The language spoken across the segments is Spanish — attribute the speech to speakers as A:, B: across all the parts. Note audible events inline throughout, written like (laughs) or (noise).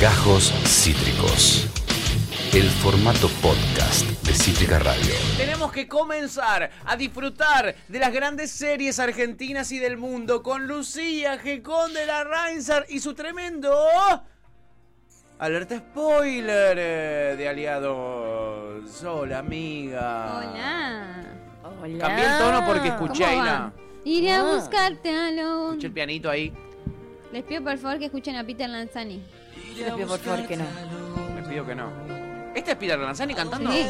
A: Gajos Cítricos. El formato podcast de Cítrica Radio.
B: Tenemos que comenzar a disfrutar de las grandes series argentinas y del mundo con Lucía Gecón de la Reinsar y su tremendo. Alerta spoiler eh, de Aliados. Hola, amiga.
C: Hola.
D: Hola.
B: Cambié el tono porque escuché,
C: ¿Cómo
B: Aina.
C: va? Iré a
D: Ah.
C: buscarte a lo-
B: Escuché el pianito ahí.
C: Les pido por favor que escuchen a Peter Lanzani.
D: Te pido por favor que no.
B: Me pido que no. ¿Esta es Peter Lanzani cantando?
C: Sí.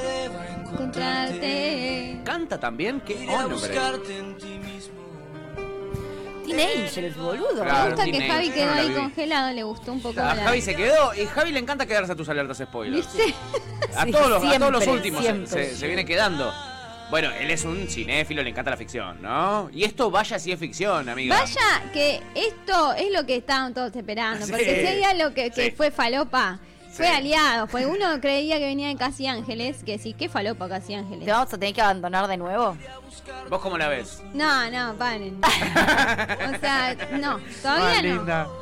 C: Encontrarte.
B: ¿Canta también? ¡Qué hombre!
D: Teenagers, boludo.
C: Me
B: Claro.
C: gusta que
B: Disney,
C: Javi
B: no
C: quedó
B: la
C: ahí
B: vi.
C: congelado, le gustó un poco.
B: A
C: la-
B: Ah, Javi se quedó y Javi le encanta quedarse a tus alertas spoilers.
C: ¿Viste?
B: A,
D: Sí,
B: todos los, a todos los
D: siempre,
B: últimos se-
D: siempre.
B: se, se viene quedando. Bueno, él es un cinéfilo, le encanta la ficción, ¿no? Y esto vaya si es ficción, amiga.
C: Vaya que esto es lo que estaban todos esperando.
B: Sí.
C: Porque si hay algo que, que
B: Sí.
C: fue falopa, fue
B: Sí.
C: aliado. Porque uno creía que venía de Casi Ángeles, que sí, qué falopa Casi Ángeles.
D: ¿Te vamos a tener que abandonar de nuevo?
B: ¿Vos cómo la ves?
C: No, no,
B: (laughs)
C: paren. o sea, no, todavía no.
B: (laughs)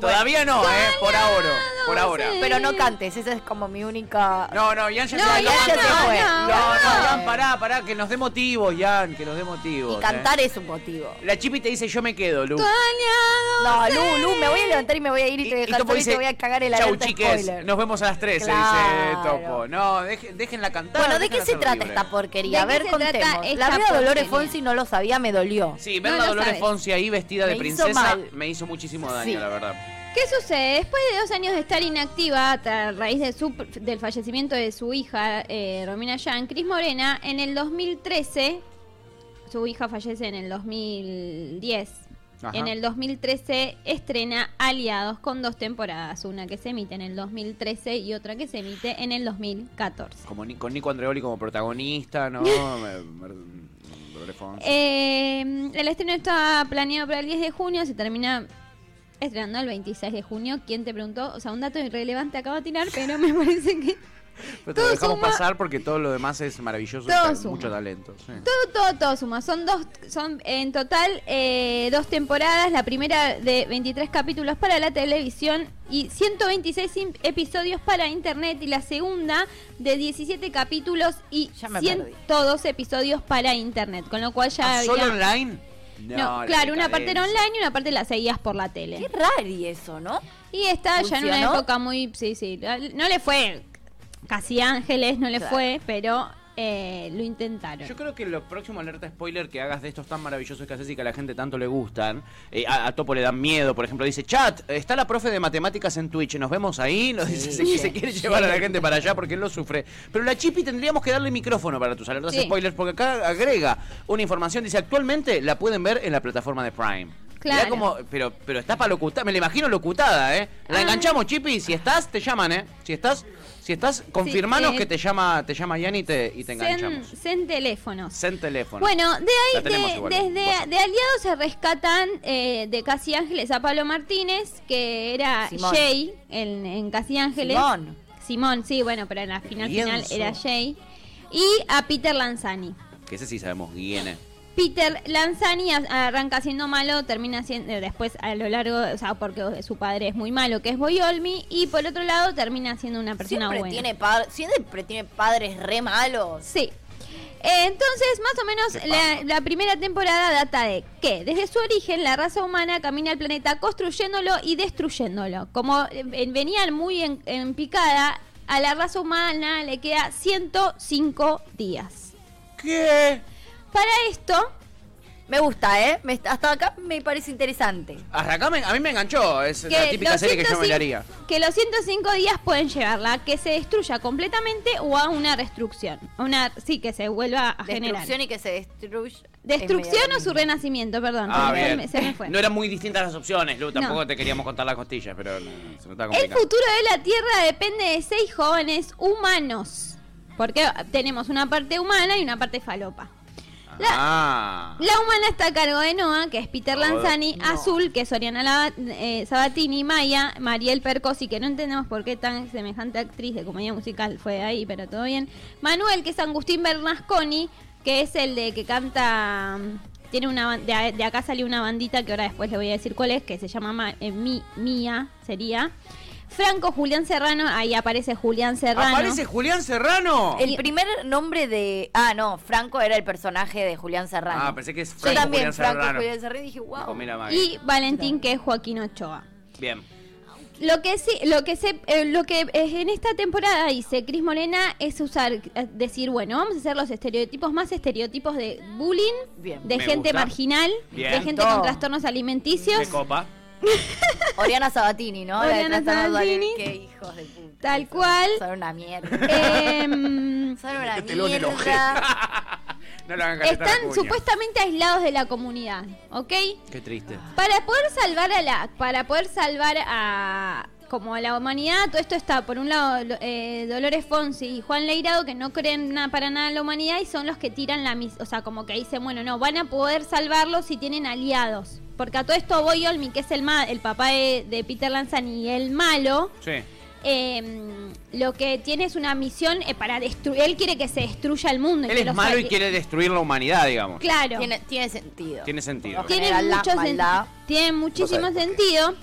B: Todavía no, ¿eh? Por ahora. Por ahora.
C: sí.
D: Pero no cantes, esa es como mi única.
B: No, no, Ian ya
C: No,
B: se
C: Ian
B: acabó.
D: ya se fue.
B: No,
D: No,
B: no,
D: no.
B: Ian, pará, pará, que nos dé motivos, Ian, que nos dé motivos.
D: y
B: ¿eh?
D: cantar es un motivo.
B: La chipi te dice, yo me quedo, Lu.
C: Tu aliado
D: No, Lu, Lu, me voy a levantar y me voy a ir y te voy a dejar
B: Topo
D: sola y te voy a cagar el
B: Chau,
D: alerta
B: chiques,
D: spoiler.
B: nos vemos a las 13, dice
D: Claro.
B: Topo. No, deje- déjenla cantar.
D: Bueno, ¿de qué
B: déjenla
D: se
B: ser
D: trata
B: libre.
D: esta porquería? A
C: ¿De qué
D: ver,
C: se trata
D: contemos.
C: esta
D: La veo a Dolores
C: porquería?
D: Fonsi, no lo sabía, me dolió.
B: Sí,
C: No
B: verla a
C: lo
B: Dolores
C: sabes.
B: Fonsi ahí vestida de
D: Me hizo
B: princesa
D: mal.
B: me hizo muchísimo daño,
D: Sí.
B: la verdad.
C: ¿Qué sucede? Después de dos años de estar inactiva a raíz de su- del fallecimiento de su hija, eh, Romina Yan, Cris Morena, en el 2013, su hija fallece en el 2010.
B: Ajá.
C: En el 2013 estrena Aliados con dos temporadas, una que se emite en el 2013 y otra que se emite en el 2014.
B: Como ni- con Nico Andreoli como protagonista,
C: (laughs)
B: ¿no? Me- me- Dolores Fonsi.
C: Eh, el estreno está planeado para el 10 de junio, se termina estrenando el 26 de junio. ¿Quién te preguntó? O sea, un dato irrelevante acabo de tirar, pero me (laughs) parece que
B: Pero te lo
C: todo
B: dejamos
C: suma-
B: pasar porque todo lo demás es maravilloso
C: Todo
B: y con
C: suma.
B: mucho talento. sí.
C: todo, todo, todo suma. Son dos, son en total eh, dos temporadas, la primera de 23 capítulos para la televisión y 126 im- episodios para internet y la segunda de 17 capítulos y
D: Ya me
C: 102 episodios para internet, con lo cual ya
B: ¿Ah, ¿Solo
C: había-
B: online?
C: No,
B: la
C: claro, una parte era
B: decadencia.
C: online y una parte la seguías por la tele.
D: Qué rari eso, ¿no?
C: Y está ya en una
D: ¿Funcionó?
C: época muy. Sí, sí. No le fue casi Ángeles, no le
D: Claro.
C: fue, pero eh, lo intentaron.
B: Yo creo que lo próximo alerta spoiler que hagas de estos tan maravillosos que haces y que a la gente tanto le gustan, eh, a, a Topo le dan miedo, por ejemplo, dice, chat, está la profe de matemáticas en Twitch, nos vemos ahí, (laughs) nos dice
D: Sí.
B: que se quiere llevar a la gente para allá porque él lo sufre. Pero la Chipi tendríamos que darle micrófono para tus alertas
C: Sí.
B: spoilers porque acá agrega una información, dice, actualmente la pueden ver en la plataforma de Prime. Mirá
C: Claro.
B: cómo- pero, pero está para locutar, me la imagino locutada, ¿eh? La
C: Ah.
B: enganchamos, Chipi, si estás, te llaman, ¿eh? Si estás... Si estás, confirmanos
C: eh,
B: que te llama, te llama Ian y te, y te
C: Sen,
B: enganchamos.
C: sen teléfonos.
B: Sen teléfono.
C: Bueno, de
B: La
C: ahí,
B: tenemos
C: de-
B: igual,
C: desde
B: vos.
C: de Aliados se rescatan eh, de Casi Ángeles a Pablo Martínez, que era
D: Simón.
C: Jay en, en Casi Ángeles.
D: Simón.
C: Simón, sí, bueno, pero en la final final
B: Lienzo.
C: era Jay. Y a Peter Lanzani.
B: Que ese sí sabemos eh. viene.
C: Peter Lanzani a- arranca siendo malo, termina siendo eh, después a lo largo, o sea, porque su padre es muy malo, que es Boyolmi, y por otro lado termina siendo una persona
D: Siempre
C: buena.
D: tiene, pa- siempre tiene padres re malos.
C: Sí. Eh, Entonces, más o menos,
B: Qué paja.
C: la, la primera temporada data de que desde su origen la raza humana camina el planeta construyéndolo y destruyéndolo. Como eh, venían muy en, en picada, a la raza humana le queda 105 días.
B: ¿Qué?
C: Para esto,
D: Me gusta, ¿eh? Me- hasta acá me parece interesante.
B: Hasta acá me- a mí me enganchó. Es la típica
C: los
B: serie que yo
C: 105
B: miraría.
C: que los 105 días pueden llevarla a que se destruya completamente o a una restricción. A Una, sí, que se vuelva a generar.
D: Destrucción y que se destruya.
C: Destrucción o su
D: reino
C: renacimiento, perdón.
B: Ah,
C: se me-
B: bien.
C: se me
B: (laughs)
C: fue.
B: No eran muy distintas las opciones, Lu. Tampoco
C: No.
B: te queríamos contar las costillas, pero no, se nota
C: El
B: complicado.
C: futuro de la Tierra depende de seis jóvenes humanos. Porque tenemos una parte humana y una parte falopa. la-
B: Ah.
C: La humana está a cargo de Noah, que es Peter
B: Joder.
C: Lanzani,
D: No.
C: Azul, que es Oriana Lava- eh, Sabatini, Maya, Mariel Percosi, que no entendemos por qué tan semejante actriz de comedia musical fue ahí, pero todo bien. Manuel, que es Agustín Bernasconi, que es el de que canta. mm, Tiene una ban- de, a- de acá salió una bandita que ahora después le voy a decir cuál es, que se llama Ma- eh, Mi- Mía, sería. Franco Julián Serrano, ahí aparece Julián Serrano.
B: ¿Aparece Julián Serrano?
D: El primer nombre de. Ah, no, Franco era el personaje de Julián Serrano.
B: Ah, pensé que es
D: Yo
B: Franco
D: también,
B: Julián
D: Franco
B: Serrano.
D: Julián Serrano, y dije, wow.
B: Dijo, mira, Maggie.
C: Y Valentín, que es Joaquín Ochoa.
B: Bien.
C: Lo que sí, lo que se, eh, lo que eh, en esta temporada dice Cris Morena es usar, eh, decir, bueno, vamos a hacer los estereotipos más estereotipos de bullying,
D: Bien.
C: de
B: Me
C: gente
B: gusta.
C: marginal,
B: Bien.
C: de gente
D: Todo.
C: con trastornos
B: De
C: alimenticios,
B: copa.
D: Oriana Sabatini, ¿no?
C: Oriana
D: tratando de-
C: Sabatini.
D: Qué hijos de puta.
C: Tal cual. Eh,
D: Son una mierda.
C: (laughs)
B: (laughs)
C: Em,
D: Son una
B: Este
A: Métetelo en el
D: mierda.
B: No lo hagan calentar la
C: están
B: cuña.
C: supuestamente aislados de la comunidad, ¿ok?
B: Qué triste.
C: Para poder salvar a la, para poder salvar a como a la humanidad, todo esto está por un lado lo- eh, Dolores Fonsi y Juan Leirado que no creen na- para nada en la humanidad y son los que tiran la mis, o sea, como que dicen, bueno, no, van a poder salvarlos si tienen aliados. Porque a todo esto Boy Olmi, que es el ma- el papá de, de Peter Lanzani y el malo,
B: Sí.
C: eh, lo que tiene es una misión eh, para destruir, él quiere que se destruya el mundo. y
B: Él
C: que
B: es
C: los
B: malo y
C: sal-
B: quiere destruir la humanidad, digamos.
C: Claro.
D: Tiene, tiene sentido.
B: Tiene sentido.
D: Por lo
C: tiene
D: general, la
C: mucho sen-
D: maldad.
C: tiene muchísimo
A: sabés por qué.
C: sentido.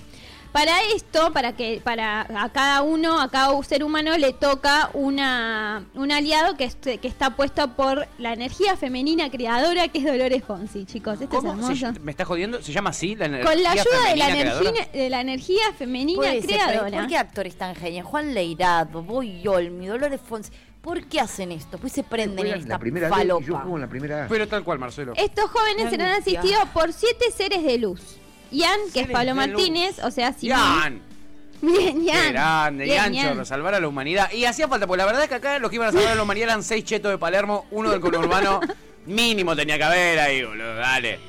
C: Para esto, para que para a cada uno, a cada ser humano le toca una, un aliado que, est- que está puesto por la energía femenina creadora que es Dolores Fonsi, chicos. Esto
B: ¿Cómo?
C: Este es
B: Se-
C: hermoso.
B: ¿Me estás jodiendo? ¿Se llama así? La energía
C: Con la ayuda de la,
B: femenina creadora?
C: energía, de la energía femenina
D: Puede ser, pero
C: creadora.
D: ¿Por qué actores tan genios? Juan Leirado, Boy Olmi, Dolores Fonsi. ¿por qué hacen esto? Pues se prenden en
A: Juegan
D: esta
A: la primera D y yo
D: falopa.
A: juego en la primera A.
B: Pero tal cual, Marcelo.
C: Estos jóvenes
D: Qué
C: serán
D: angustia.
C: asistidos por siete seres de luz. Ian, que es
B: Seres
C: Pablo
B: de luz.
C: Martínez, o sea, Simón.
B: Ian,
C: (laughs) Bien,
B: qué
C: Ian.
B: grande,
C: Bien,
B: Ian, chorro, salvar a la humanidad. Y hacía falta, porque la verdad es que acá los que iban a salvar a la humanidad eran seis chetos de Palermo, uno del
C: (laughs)
B: conurbano. Mínimo tenía que haber ahí, boludo, dale.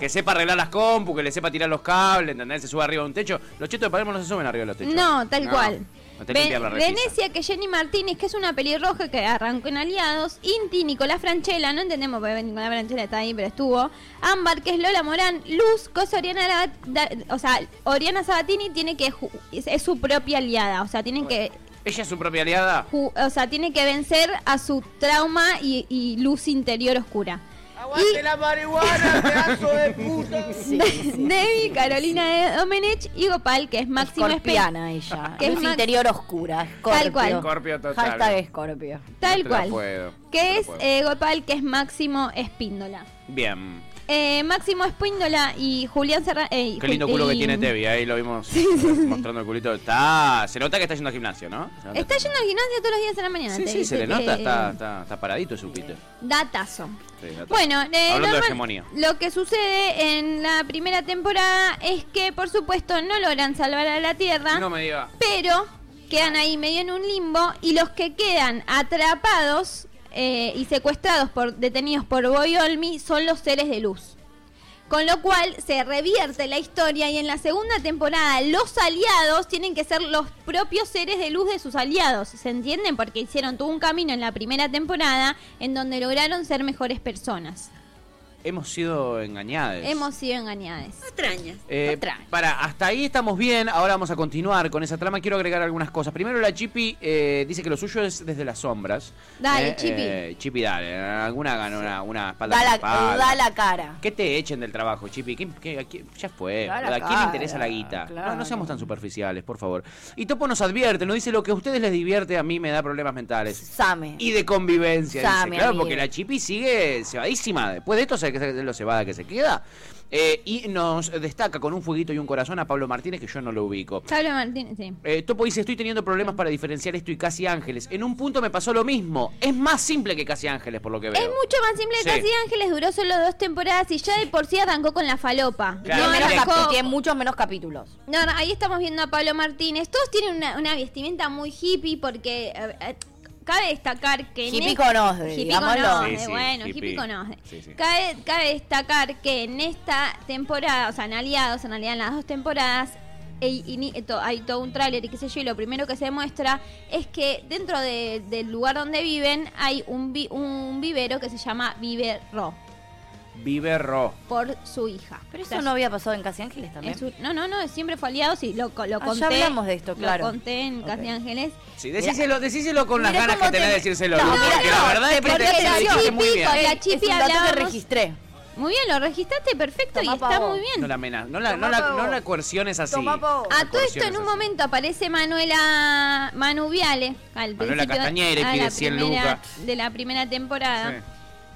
B: Que sepa arreglar las compu, que le sepa tirar los cables, ¿entendés? Se sube arriba de un techo. Los chetos de Palermo no se suben arriba de los techos.
C: No, tal cual.
B: No te
C: Ve-
B: limpias la repisa.
C: Venecia, que Jenny Martínez, que es una pelirroja que arrancó en Aliados. Inti, Nicolás Franchella, no entendemos por qué Nicolás Franchella está ahí, pero estuvo. Ámbar, que es Lola Morán. Luz, cosa Oriana, Lava- da- o sea, Oriana Sabatini tiene que ju- es, es su propia aliada, o sea, tienen que
B: Ella es su propia aliada.
C: ju- o sea, tiene que vencer a su trauma y, y luz interior oscura. Y-
B: la marihuana, pedazo de puta!
D: Sí,
C: (laughs)
D: sí.
C: Debbie, Carolina de Domenech y Gopal, que es Máximo Espe-
D: Escorpiana ella.
C: Que
D: (laughs) Que
C: es
D: es
C: Max-
D: interior oscura.
C: Tal cual.
B: Escorpio total.
D: Hashtag Escorpio.
C: Tal
B: No te la
C: cual.
B: puedo, no te
C: Que
B: la
C: es
B: puedo.
C: eh, Gopal, que es Máximo Espíndola.
B: Bien.
C: Eh, Máximo Espíndola y Julián Serrano.
B: Qué lindo culo que tiene Tevi, ahí lo vimos mostrando el culito. Está, se nota que está yendo al gimnasio, ¿no? Se nota.
C: Está yendo al gimnasio todos los días de la mañana.
B: Sí,
C: Tevi,
B: sí, se le
C: eh,
B: nota, está, está, está paradito su pito.
C: Datazo.
B: Sí, nota.
C: Bueno,
B: hablando
C: eh,
B: de
C: normal-
B: hegemonía.
C: lo que sucede en la primera temporada es que, por supuesto, no logran salvar a la Tierra,
B: No me diga.
C: pero quedan ahí medio en un limbo y los que quedan atrapados eh, y secuestrados por detenidos por Boy Olmi son los seres de luz. Con lo cual se revierte la historia y en la segunda temporada los aliados tienen que ser los propios seres de luz de sus aliados. ¿Se entienden? Porque hicieron todo un camino en la primera temporada en donde lograron ser mejores personas.
B: Hemos sido engañados.
C: Hemos sido engañadas.
D: Extrañas.
B: Eh, para, hasta ahí estamos bien, ahora vamos a continuar con esa trama. Quiero agregar algunas cosas. Primero, la Chipi eh, dice que lo suyo es desde las sombras.
C: Dale,
B: Eh,
C: Chipi.
B: eh, Chipi, dale. Alguna gana una, una espalda.
D: Da
B: con
D: la,
B: espalda.
D: da la cara.
B: Que te echen del trabajo, Chipi. ¿Qué- qué- a quién- ya fue.
D: Claro,
B: ¿verdad? ¿A quién le
D: claro,
B: interesa la guita? No, no
D: claro.
B: seamos tan superficiales, por favor. Y Topo nos advierte, nos dice lo que a ustedes les divierte, a mí me da problemas mentales.
D: Same.
B: Y de convivencia, dice.
D: Same,
B: Claro,
D: amigo.
B: porque la Chipi sigue cebadísima. Después de esto, se de lo cebada que se queda. Eh, y nos destaca con un fueguito y un corazón a Pablo Martínez, que yo no lo ubico.
C: Pablo Martínez, sí.
B: Eh, Topo dice, estoy teniendo problemas para diferenciar esto y Casi Ángeles. En un punto me pasó lo mismo. Es más simple que Casi Ángeles, por lo que veo.
C: Es mucho más simple
B: Sí.
C: que Casi Ángeles duró solo dos temporadas y ya de por sí arrancó con la falopa.
B: Claro.
C: No,
D: Tiene, menos
C: arrancó-
D: capi- tiene muchos menos capítulos.
C: No, no, ahí estamos viendo a Pablo Martínez. Todos tienen una, una vestimenta muy hippie porque eh, eh, cabe destacar que... en
D: Hippie
C: es-
D: con osde,
C: hippie
D: digámoslo.
C: con osde,
B: Sí, sí,
C: bueno, hippie,
B: hippie.
C: con osde.
B: Sí, sí.
C: Cabe, cabe destacar que en esta temporada, o sea, en Aliados, en realidad en las dos temporadas, e- y ni- to- hay todo un tráiler y qué sé yo, y lo primero que se muestra es que dentro de- del lugar donde viven hay un, vi- un vivero que se llama Vivero,
B: Viverro.
C: por su hija.
D: Pero eso
C: O sea,
D: no había pasado en Casi Ángeles también.
C: es un- no, no, no, siempre fue aliado, sí, lo, co- lo
D: Ah, ya
C: conté.
D: hablamos de esto, claro.
C: Lo conté en
D: Ok.
C: Casi Ángeles.
B: Sí, decíselo, decíselo con las
D: Mirá
B: ganas que
D: cómo
B: tenés
D: te-
B: de decírselo.
D: No,
B: Lu,
D: mirá,
B: porque la
D: no,
B: verdad
D: te
B: es que te
D: protege
B: te lo dijiste muy
C: Chipi
B: bien.
C: con-
D: Ey,
C: la Chipi
D: es un dato que
C: hablábamos-
D: registré.
C: Muy bien, lo registraste perfecto
D: Tomá
C: y
D: pa'
C: está
D: vos.
C: muy bien.
B: No la amenazas, no la, no
D: Tomá
B: la,
D: pa'
B: no
D: vos.
B: la coerciones así.
D: Tomá pa' vos.
C: A todo esto en
B: Coerciones
C: un
B: así.
C: momento aparece Manuela Manu Viale, al
B: Manuela
C: principio-
B: Castañera y
C: a
B: pide
C: la
B: 100
C: primera-
B: lucas.
C: de la primera temporada,
B: Sí.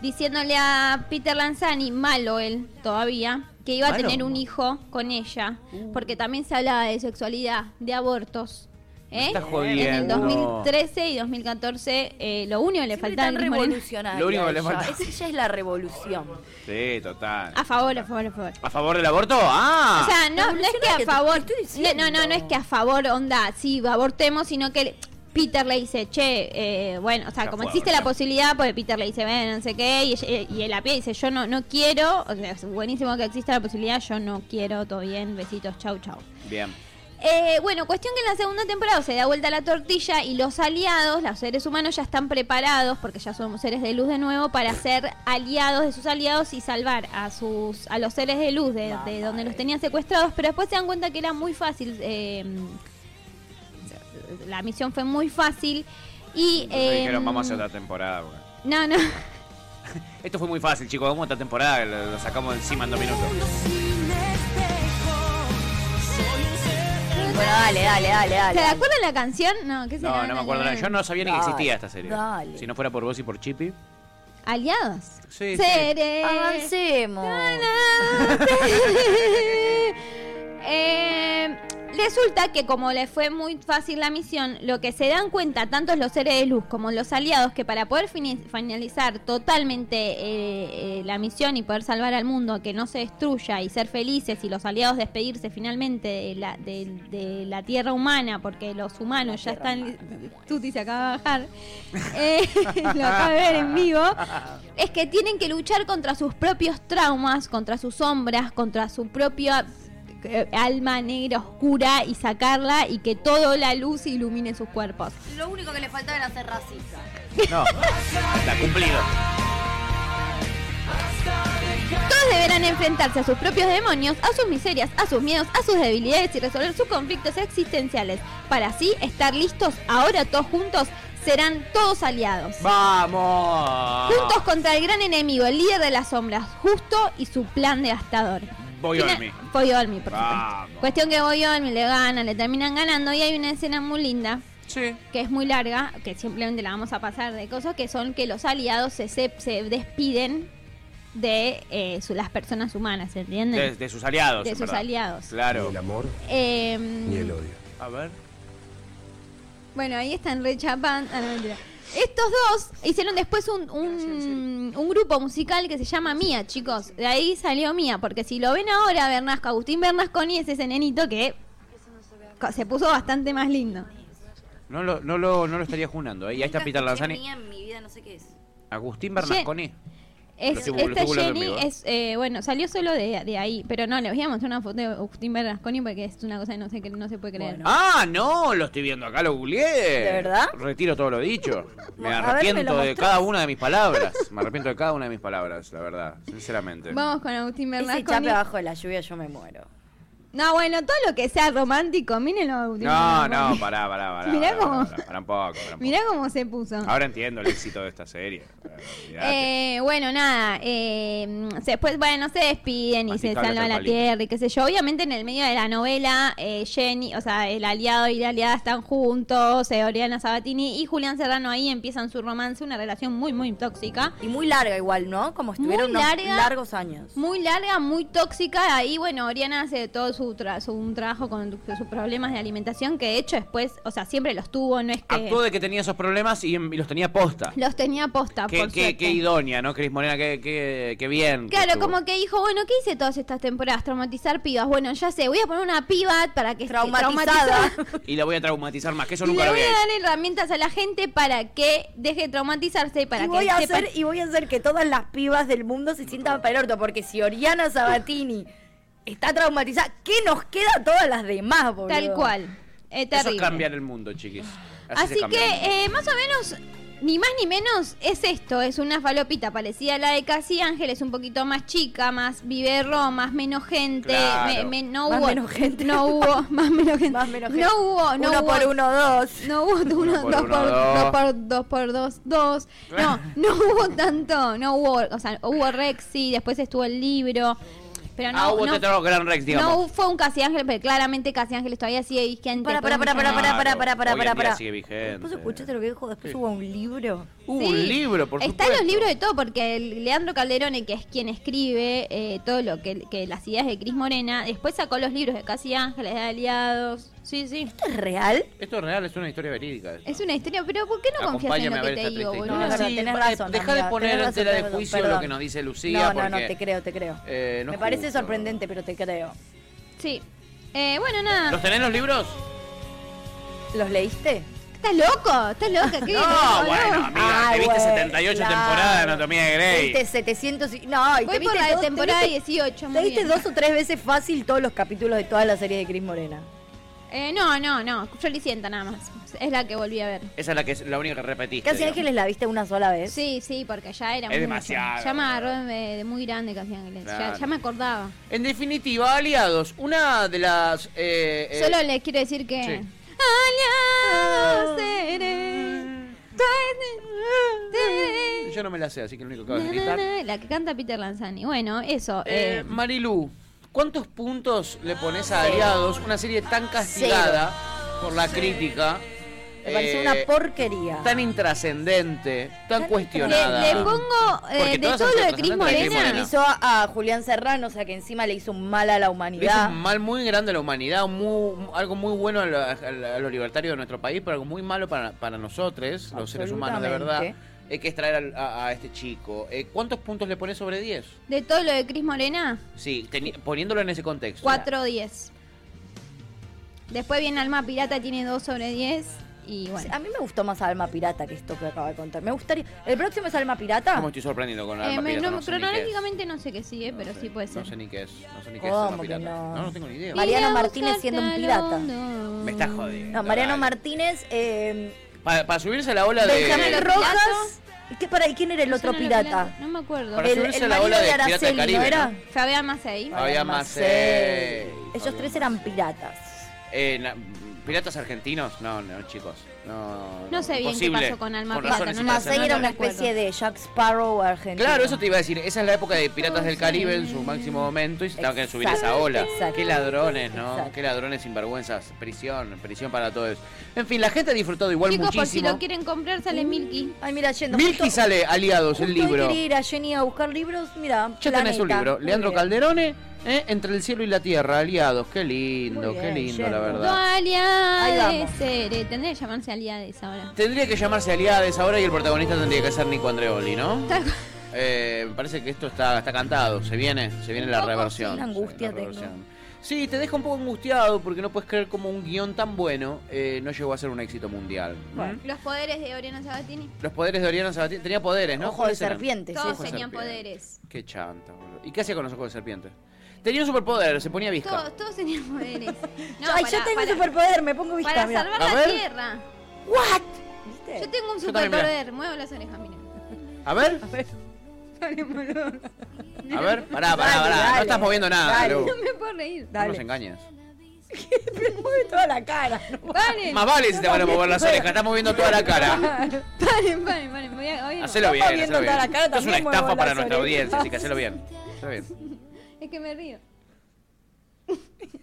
C: diciéndole a Peter Lanzani, malo él todavía, que iba
B: ¿Malo?
C: a tener un hijo con ella,
D: Uh.
C: porque también se hablaba de sexualidad, de abortos.
B: Me
C: ¿eh?
B: estás
C: En el
B: jodiendo.
C: 2013 y 2014, eh, lo único que le
D: Siempre
C: faltaba
D: tan
C: al Cris Morena-
D: revolucionaria.
B: Lo único que le
D: ella.
B: falta.
D: Es- Ella es la revolución.
B: Sí, total.
C: A favor, a favor, a favor.
B: ¿A favor del aborto? ¡Ah!
C: Ah. O sea, no, no es que a
D: Revolucionaria, te-
C: favor.
D: te estoy
C: No, no, no, no es
D: diciendo.
C: que a favor, onda, sí, abortemos, sino que le- Peter le dice, che, eh, bueno, o sea,
B: Ya
C: como
B: fue,
C: existe
B: ahora.
C: la posibilidad, porque Peter le dice, ven, no sé qué, y, ella- y el API dice, yo no, no quiero, o sea, es buenísimo que exista la posibilidad, yo no quiero, todo bien, besitos, chau, chau.
B: Bien.
C: Eh, bueno, cuestión que en la segunda temporada se da vuelta la tortilla y los aliados, los seres humanos, ya están preparados, porque ya somos seres de luz de nuevo, para ser aliados de sus aliados y salvar a sus a los seres de luz de, de donde los tenían secuestrados. Pero después se dan cuenta que era muy fácil. eh, la misión fue muy fácil. Y.
B: Entonces
C: eh,
B: dijeron, vamos a hacer otra temporada. güey.
C: No, no.
B: Esto fue muy fácil, chicos. Vamos a otra temporada. Lo, lo sacamos de encima en dos minutos.
D: Bueno, dale, dale, dale,
C: ¿Se
D: dale.
C: acuerdan la canción? No, ¿qué se
B: No, no me acuerdo nada. Yo no sabía ni que
D: Dale,
B: existía esta serie.
D: dale.
B: Si no fuera por vos y por Chippy.
C: ¿Aliados?
B: Sí, sí.
C: Seres.
D: Avancemos.
C: Eh, resulta que como les fue muy fácil la misión, lo que se dan cuenta tanto los seres de luz como los aliados que para poder fini- finalizar totalmente eh, eh, la misión y poder salvar al mundo, que no se destruya y ser felices y los aliados despedirse finalmente de la, de- de la tierra humana, porque los humanos ya están... Tuti se acaba de bajar. Eh, (laughs) lo acaba de ver en vivo es que tienen que luchar contra sus propios traumas, contra sus sombras, contra su propia eh, alma negra oscura y sacarla y que toda la luz ilumine sus cuerpos.
D: Lo único que le faltaba era ser racista.
B: No. Está cumplido.
C: Todos deberán enfrentarse a sus propios demonios, a sus miserias, a sus miedos, a sus debilidades y resolver sus conflictos existenciales. Para así estar listos, ahora todos juntos serán todos aliados.
B: ¡Vamos!
C: Juntos contra el gran enemigo, el líder de las sombras, justo y su plan devastador.
B: Voy
C: Tiene-
B: Olmi.
C: Voy Olmi, por
B: Vamos.
C: supuesto. Cuestión que Voy Olmi le gana, le terminan ganando y hay una escena muy linda
B: Sí.
C: que es muy larga, que simplemente la vamos a pasar de cosas, que son que los aliados se, se, se despiden de eh, su- las personas humanas, ¿entienden?
B: De, de sus aliados.
C: De
B: en
C: sus
B: verdad.
C: aliados.
B: Claro.
A: amor
C: Em,
A: odio.
B: A ver.
C: Bueno, ahí están rechapan. Ah, no, mentira. Estos dos hicieron después un, un, un grupo musical que se llama Mía, chicos. De ahí salió Mía, porque si lo ven ahora, Bernasco, Agustín Bernasconi es ese nenito que co- se puso bastante más lindo.
B: No lo, no lo, no lo estaría junando. ¿eh? Y ahí está Peter Lanzani.
D: en mi vida, no sé qué es.
B: Agustín Bernasconi. Lo
C: Es,
B: estoy- lo
C: esta
B: estoy burlando
C: Jenny
B: conmigo, ¿eh?
C: es, eh, bueno, salió solo de, de ahí, pero no, les voy a mostrar una foto de Agustín Bernasconi porque es una cosa que no se, cre- no se puede creer.
D: Bueno.
B: Ah, no, lo estoy viendo acá, lo googleé.
D: ¿De verdad?
B: Retiro todo lo dicho. Me
D: A ver, ¿me
B: arrepiento
D: lo
B: de
D: mostrás?
B: cada una de mis palabras. Me arrepiento de cada una de mis palabras, la verdad, sinceramente.
C: Vamos con Agustín
D: Ese
C: Bernasconi.
D: chape abajo de la lluvia yo me muero.
C: No, bueno, todo lo que sea romántico, mírenlo a Agustín
B: No,
C: Bernasconi.
B: no, pará, pará, pará.
C: Mirá
B: pará,
C: cómo-
B: pará, pará, pará un poco, pará un poco.
C: Mirá cómo se puso.
B: Ahora entiendo el éxito de esta serie. Olvidate.
C: Eh, bueno, nada. eh, mm, después, bueno, se despiden y se
B: Masticable hasta
C: salvan
B: el
C: a la
B: palito.
C: tierra y qué sé yo. Obviamente, en el medio de la novela, eh, Jenny, o sea, el aliado y la aliada están juntos, eh, Oriana Sabatini y Julián Serrano ahí empiezan su romance, una relación muy, muy tóxica.
D: Y muy larga igual, ¿no? Como estuvieron
C: Muy
D: unos
C: larga.
D: largos años.
C: Muy larga, muy tóxica. Ahí, bueno, Oriana hace todo su, tra- su- un trabajo con sus problemas de alimentación, que de hecho después, o sea, siempre los tuvo, no es que
B: Actuó de que tenía esos problemas y, y los tenía posta.
C: los tenía posta.
B: Qué,
C: ah, por
B: qué,
C: suerte.
B: qué idónea, ¿no, Cris Morena? Qué, qué, qué bien.
C: Claro,
B: estuvo.
C: como que dijo, bueno, ¿qué hice todas estas temporadas? Traumatizar pibas. Bueno, ya sé, voy a poner una piba para que esté
D: Traumatizada.
B: Y la voy a traumatizar más, que
C: (laughs)
B: eso
C: Y
B: nunca
C: le
B: lo
C: voy
B: había
C: a
B: hecho.
C: dar herramientas a la gente para que deje de traumatizarse y para
D: Y
C: que
D: voy, a
C: sepa-
D: hacer, y voy a hacer que todas las pibas del mundo se sientan para el orto, porque si Oriana Sabatini está traumatizada, ¿qué nos queda a todas las demás, boludo?
C: Tal cual.
B: Eso
C: Eh,
B: es
C: terrible.
B: cambiar el mundo, chiquis. Así, se
C: Así
B: cambia el mundo.
C: que eh, más o menos Ni más ni menos es esto, es una falopita parecida a la de Casi Ángel, es un poquito más chica, más viverro, más menos gente,
B: Claro.
C: me- me- no
D: Más
C: hubo,
D: menos gente.
C: no hubo, (laughs) más menos gente,
D: Más menos
C: no hubo, no
D: uno
C: hubo,
D: por uno, dos.
C: no hubo uno,
B: Uno por
C: dos,
B: uno,
C: por,
B: dos.
C: dos por dos por dos, dos.
B: (laughs)
C: No, no hubo tanto, no hubo, o sea, hubo Rexy, después estuvo el libro, pero eh, no,
B: ah, hubo
C: no-
B: otro Gran Rex, digamos.
C: no fue un Casi Ángel, pero claramente Casi Ángel todavía sigue vigente.
D: Para,
C: por
D: para, para,
C: mucho más.
D: para, para, para,
B: Claro,
D: para,
B: hoy
D: para,
B: en
D: para,
B: día
D: para.
B: sigue vigente.
D: ¿Vos escuchaste lo que dijo? Después hubo un libro.
B: Hubo
C: Sí.
B: un libro, por
C: Está
B: supuesto.
C: en los libros de todo, porque el Leandro Calderone, que es quien escribe eh, todo lo que, que las ideas de Cris Morena, después sacó los libros de Casi Ángeles, de Aliados. Sí, sí.
D: ¿Esto es real?
B: Esto es real, es una historia verídica. esto.
C: Es una historia, pero ¿por qué no confías en
B: Acompáñame
C: lo
B: a
C: que
B: ver
C: te
B: esta
C: digo,
B: triste
C: boludo?
D: No,
B: historia.
D: no,
B: Sí,
D: tenés
B: pare-
D: razón,
B: deja de
D: amiga,
B: poner
D: tenés
B: en
D: razón,
B: tela de
D: perdón,
B: juicio
D: perdón.
B: lo que nos dice Lucía,
D: No, no, no,
B: porque,
D: te creo, te creo.
B: eh, no
D: Me
B: es
D: parece
B: justo.
D: sorprendente, pero te creo.
C: Sí. Eh, bueno, nada.
B: ¿Los tenés los libros?
D: ¿Los leíste?
C: ¿Estás loco? ¿Estás loca? ¿Qué?
B: (laughs) No, bueno,
C: boludo?
B: amiga, te
D: Ay,
B: viste
D: güey,
B: 78
D: claro.
B: temporadas de Anatomía de Grey.
C: Este
D: Leíste 700 y... No, y te
C: Voy por
D: viste
C: la de
D: dos- te
C: temporada
D: viste-
C: 18,
D: Te
C: muy
D: viste
C: bien.
D: dos o tres veces fácil todos los capítulos de toda la serie de Cris Morena.
C: Eh, no, no, no. Floricienta nada más. Es la que volví a ver.
B: Esa es la, que es la única que repetiste.
D: Casi
B: digamos.
D: Ángeles la viste una sola vez.
C: Sí, sí, porque ya era
B: Es
C: mucho.
B: demasiado.
C: Ya me agarró de, de muy grande Casi Ángeles. Ya-
B: Claro.
C: ya me acordaba.
B: En definitiva, aliados, una de las... eh, eh,
C: Solo les quiero decir que.
B: sí.
D: Ah.
C: Aliados seré. tú eres-
B: Yo no me la sé, así que lo único que
C: Na,
B: voy a
C: na,
B: gritar...
C: na, La que canta Peter Lanzani. Bueno, eso.
B: Eh,
C: eh,
B: Marilu, ¿cuántos puntos le pones a Aliados? Una serie tan castigada por la crítica.
D: Me pareció
B: eh,
D: una porquería.
B: Tan intrascendente, tan
D: Tan
C: le,
B: cuestionada.
C: le pongo eh,
B: Porque
C: de
B: todas
C: todo
B: son
C: lo de Cris
B: representantes de Cris
C: Morena.
B: Morena.
D: Hizo a, a Julián Serrano, o sea que encima le hizo un mal a la
B: Le hizo
D: humanidad.
B: un mal muy grande a la humanidad, un mu- algo muy bueno a, la- a la- a los libertarios de nuestro país, pero algo muy malo para, para nosotros, los seres humanos de verdad,
D: Absolutamente.
B: eh, que es traer al- a, a este chico. Eh, ¿Cuántos puntos le pones sobre 10?
C: De todo lo de Cris Morena,
B: Sí, teni- poniéndolo en ese contexto.
C: 4 10. Después viene Alma Pirata, tiene 2 sobre 10. Y bueno.
D: A mí me gustó más Alma Pirata que esto que acaba de contar. Me gustaría. ¿El próximo es Alma Pirata?
B: ¿Cómo estoy sorprendido con la
C: Eh, me-
B: papilla?
C: no,
B: No sé ni qué es.
C: cronológicamente no sé qué sigue, pero
B: sé,
C: sí puede ser.
B: No sé ni qué es. No sé ni qué es
D: ¿Cómo
B: Alma
D: que
B: Pirata.
D: no?
B: No, no tengo ni idea.
D: Vale. Mariano
C: Iré a
D: Martínez siendo un
C: buscarte
D: pirata.
C: al mundo.
B: Me está jodiendo.
D: No, Mariano
B: dale.
D: Martínez, eh,
B: Para, para subirse a la ola de.
D: Benjamín
C: Eh,
D: Rojas. ¿Y qué, para, ¿y quién era el
C: No
D: otro
C: son los
D: pirata?
C: piratas, No me acuerdo.
B: Para
D: El,
B: subirse
D: el
B: a la
D: marido
B: ola
D: de
B: de Pirata del
D: Araceli, ¿no
B: Caribe,
D: era?
B: ¿no?
C: Fabián Macei.
B: Ah. Fabián Macei.
D: Macei. Ellos
B: Fabián
D: tres eran
B: Macei.
D: piratas.
B: eh, na- ¿Piratas argentinos? No, no, chicos. No,
C: No sé bien qué
B: imposible.
C: pasó con Alma
B: razón
C: Pirata,
B: es
C: no la
B: imposible.
D: Macei
C: no
D: era
C: lo
D: una
C: recuerdo.
D: especie de Jack Sparrow argentino.
B: Claro, eso te iba a decir. Esa es la época de Piratas del
C: Oh,
B: Caribe
C: sí.
B: en su máximo momento y se estaban que subir a esa
D: Exacto,
B: ola.
D: exacto.
B: Qué ladrones, ¿no?
D: Exacto.
B: Qué ladrones sinvergüenzas. Prisión, prisión para todos. En fin, la gente ha disfrutado igual
C: Chicos, por si
B: muchísimo.
C: lo quieren comprar, sale
D: Mm.
C: Milky.
D: Ay, mira, yendo.
B: Milky
D: justo-
B: sale aliados
D: justo
B: el
D: hoy
B: libro.
D: quería ir a Jenny a buscar libros, mira.
B: Ya tenés un libro. Leandro Calderone, ¿eh? Entre el cielo y la tierra, aliados. Qué lindo,
D: Muy bien,
B: qué lindo, la
D: Jenny.
C: No,
B: verdad.
D: Ahí
C: aliades.
D: vamos.
C: seré. Tendría que llamarse aliades ahora.
B: Tendría que llamarse aliades ahora y el protagonista tendría que ser Nico Andreoli, ¿no?
C: Tal cual.
B: Eh, me parece que esto está, está cantado. Se viene, se viene la
C: poco,
B: reversión.
D: sí, una
B: se viene
D: angustia
B: la
D: tengo.
B: Sí, te deja un poco angustiado porque no puedes creer como un guión tan bueno eh, no llegó a ser un éxito mundial. ¿Mm?
D: Bueno.
C: Los poderes de Oriana Sabatini.
B: Los poderes de Oriana Sabatini. Tenía poderes, ¿no?
D: Ojo de
B: ¿Cuáles eran?
D: serpiente, sí,
C: Todos
D: sí.
B: de
C: tenían
B: serpiente.
C: poderes.
B: Qué chanta, boludo. ¿Y qué hacía con los ojos de serpiente? Tenía un superpoder, se ponía visca.
C: Todos, todos tenían
D: (laughs)
C: poderes. No,
D: Ay,
C: para-
D: yo tengo
C: para-
D: superpoder, me pongo vista.
C: Para
D: mirá.
C: salvar
B: A
C: la
B: ver.
C: tierra.
D: ¿What?
C: Yo tengo un
B: Yo también, mirá.
C: superpoder. Muevo las orejas, mira.
B: A ver. A ver, pará, pará,
D: Dale,
B: pará. No
D: dale.
B: estás moviendo nada,
D: Dale.
B: Lu.
C: (laughs) No me puedo reír.
B: No nos
D: Dale.
B: engañes.
D: (laughs) Me mueve toda la cara.
C: Paren,
B: Más vale si te van a mover las orejas, estás moviendo toda la cara.
C: paren, paren, paren. Voy a, voy a-
B: Hacelo bien,
D: moviendo
B: hacelo bien.
D: toda la cara,
B: Esto es una
D: también muevo
B: estafa para
D: las
B: nuestra
D: orejas.
B: audiencia, así que hacelo bien. Hacelo bien.
C: Es que me río. (laughs)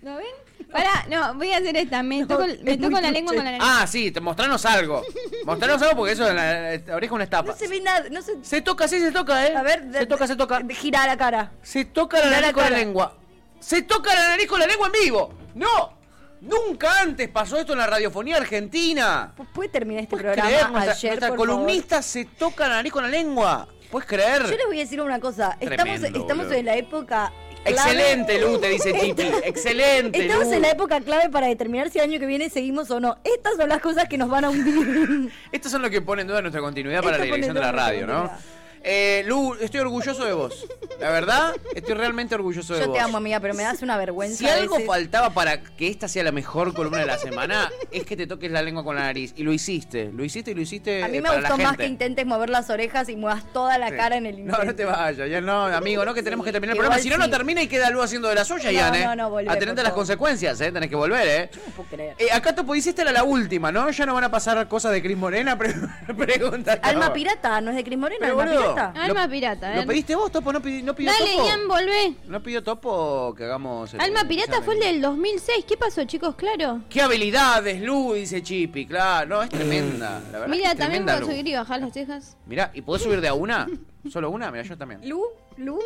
C: ¿No ven? Pará, no, voy a hacer esta. Me toco,
D: es
C: me
D: muy
C: toco la lengua con la nariz.
B: Ah, sí, te- mostranos algo. Mostranos algo porque eso en la, eh, oreja es una estafa.
D: No se
B: se...
D: ve nada, no se...
B: toca, sí, se toca, ¿eh?
D: A ver, de-
B: se toca, se toca.
D: de- Gira la cara.
B: Se toca la
D: Mirá
B: nariz
D: la
B: con la
D: cara.
B: lengua. Se toca la nariz con la lengua en vivo. ¡No! Nunca antes pasó esto en la radiofonía argentina.
D: Pu- ¿Puede terminar este
B: ¿Puedes
D: programa
B: creer? Nuestra,
D: ayer,
B: nuestra
D: por
B: columnista se toca la nariz con la lengua. ¿Puedes creer?
D: favor? Yo les voy a decir una cosa. Estamos,
B: Tremendo,
D: estamos
B: boludo.
D: en la época... clave-
B: Excelente, Lu, te (laughs) dice Chiqui. Excelente,
D: Estamos
B: Lu.
D: en la época clave para determinar si el año que viene seguimos o no. Estas son las cosas que nos van a hundir.
B: Estos son los que ponen en duda nuestra continuidad para
D: Esto
B: la dirección de
D: pone
B: la
D: en duda
B: radio,
D: nuestra
B: ¿no?
D: continuidad.
B: Eh, Lu, estoy orgulloso de vos. La verdad, estoy realmente orgulloso de
D: Yo
B: vos.
D: te amo, amiga, pero me das una vergüenza.
B: Si
D: a
B: algo
D: veces.
B: faltaba para que esta sea la mejor columna de la semana, es que te toques la lengua con la nariz. Y lo hiciste, lo hiciste y lo hiciste.
D: A mí
B: eh,
D: me
B: para la
D: gustó más
B: gente.
D: que intentes mover las orejas y muevas toda la
B: Sí.
D: cara en el
B: No,
D: intento.
B: no te vayas, ya no, amigo, no, que tenemos que terminar el
D: Igual
B: programa. Si no, no
D: sí.
B: termina y queda Lu haciendo de la suya,
D: No,
B: Ian, ¿eh?
D: no, no, volvé,
B: Atenente
D: por
B: a las
D: favor.
B: consecuencias, ¿eh? Tenés que volver, ¿eh?
D: No puedo creer.
B: Eh, acá Topo dice, esta era la última, ¿no? Ya no van a pasar cosas de Cris Morena, (laughs) pre- pregunta.
D: Alma pirata, ¿no es de Cris Morena?
B: Pero,
D: Alma
B: boludo, lo-
D: pirata.
C: Alma pirata, a
B: ¿Lo
C: ver.
B: pediste vos, Topo? ¿No, pidi- no pidió
C: Dale,
B: Topo?
C: Ian, volvé.
B: ¿No pidió Topo que hagamos el-
C: Alma
B: el
C: pirata fue el
B: examen?
C: del 2006. ¿Qué pasó, chicos? Claro.
B: ¡Qué habilidades, Lu! Dice Chipi, claro. No, es tremenda, la verdad.
C: Mira,
B: es
C: también
B: tremenda,
C: puedo
B: Lu.
C: subir y bajar las cejas.
B: Mirá, ¿y podés subir de a una? ¿Solo una? Mira, yo también.
D: Lu,
B: (laughs)
D: Lu,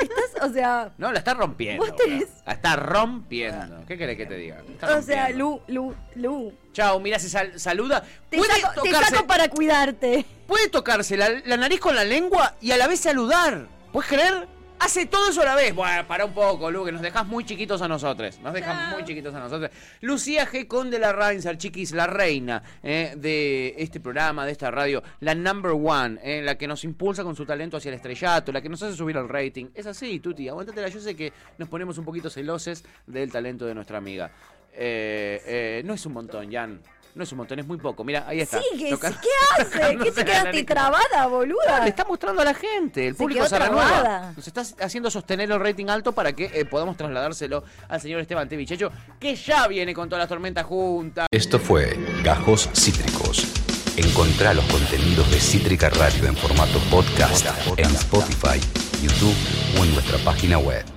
D: estás, o sea,
B: No, la está rompiendo.
D: Vos tenés-
B: La está rompiendo. ¿Qué querés que te diga? Está
D: o sea,
B: rompiendo.
D: Lu, Lu, Lu.
B: Chao, mira, se sal- saluda.
D: Te
B: Puede
D: saco, te
B: tocarse,
D: saco para cuidarte.
B: puede tocarse la, la nariz con la lengua y a la vez saludar. ¿Puedes creer? Hace todo eso a la vez. Bueno, para un poco, Lu, que nos dejas muy chiquitos a nosotros. Nos dejas muy chiquitos a nosotros. Lucía G. Conde la Rainsar, chiquis, la reina eh, de este programa, de esta radio. La number one, eh, la que nos impulsa con su talento hacia el estrellato, la que nos hace subir el rating. Es así, Tuti, aguántatela. Yo sé que nos ponemos un poquito celosos del talento de nuestra amiga. Eh, eh, no es un montón, Jan. No es un montón, es muy poco. Mira, ahí está.
D: Sigue,
B: Toca-
D: ¿qué
B: (laughs)
D: hace? ¿Qué
B: tocándose
D: te
B: la
D: quedaste
B: nariz.
D: trabada, boluda?
B: Le está mostrando a la gente, el
D: Se
B: público
D: quedó
B: Saranueva.
D: trabada.
B: Nos está haciendo sostener el rating alto para que eh, podamos trasladárselo al señor Esteban Tevichecho, que ya viene con todas las tormentas juntas.
A: Esto fue Gajos Cítricos. Encontrá los contenidos de Cítrica Radio en formato podcast en Spotify, YouTube o en nuestra página web.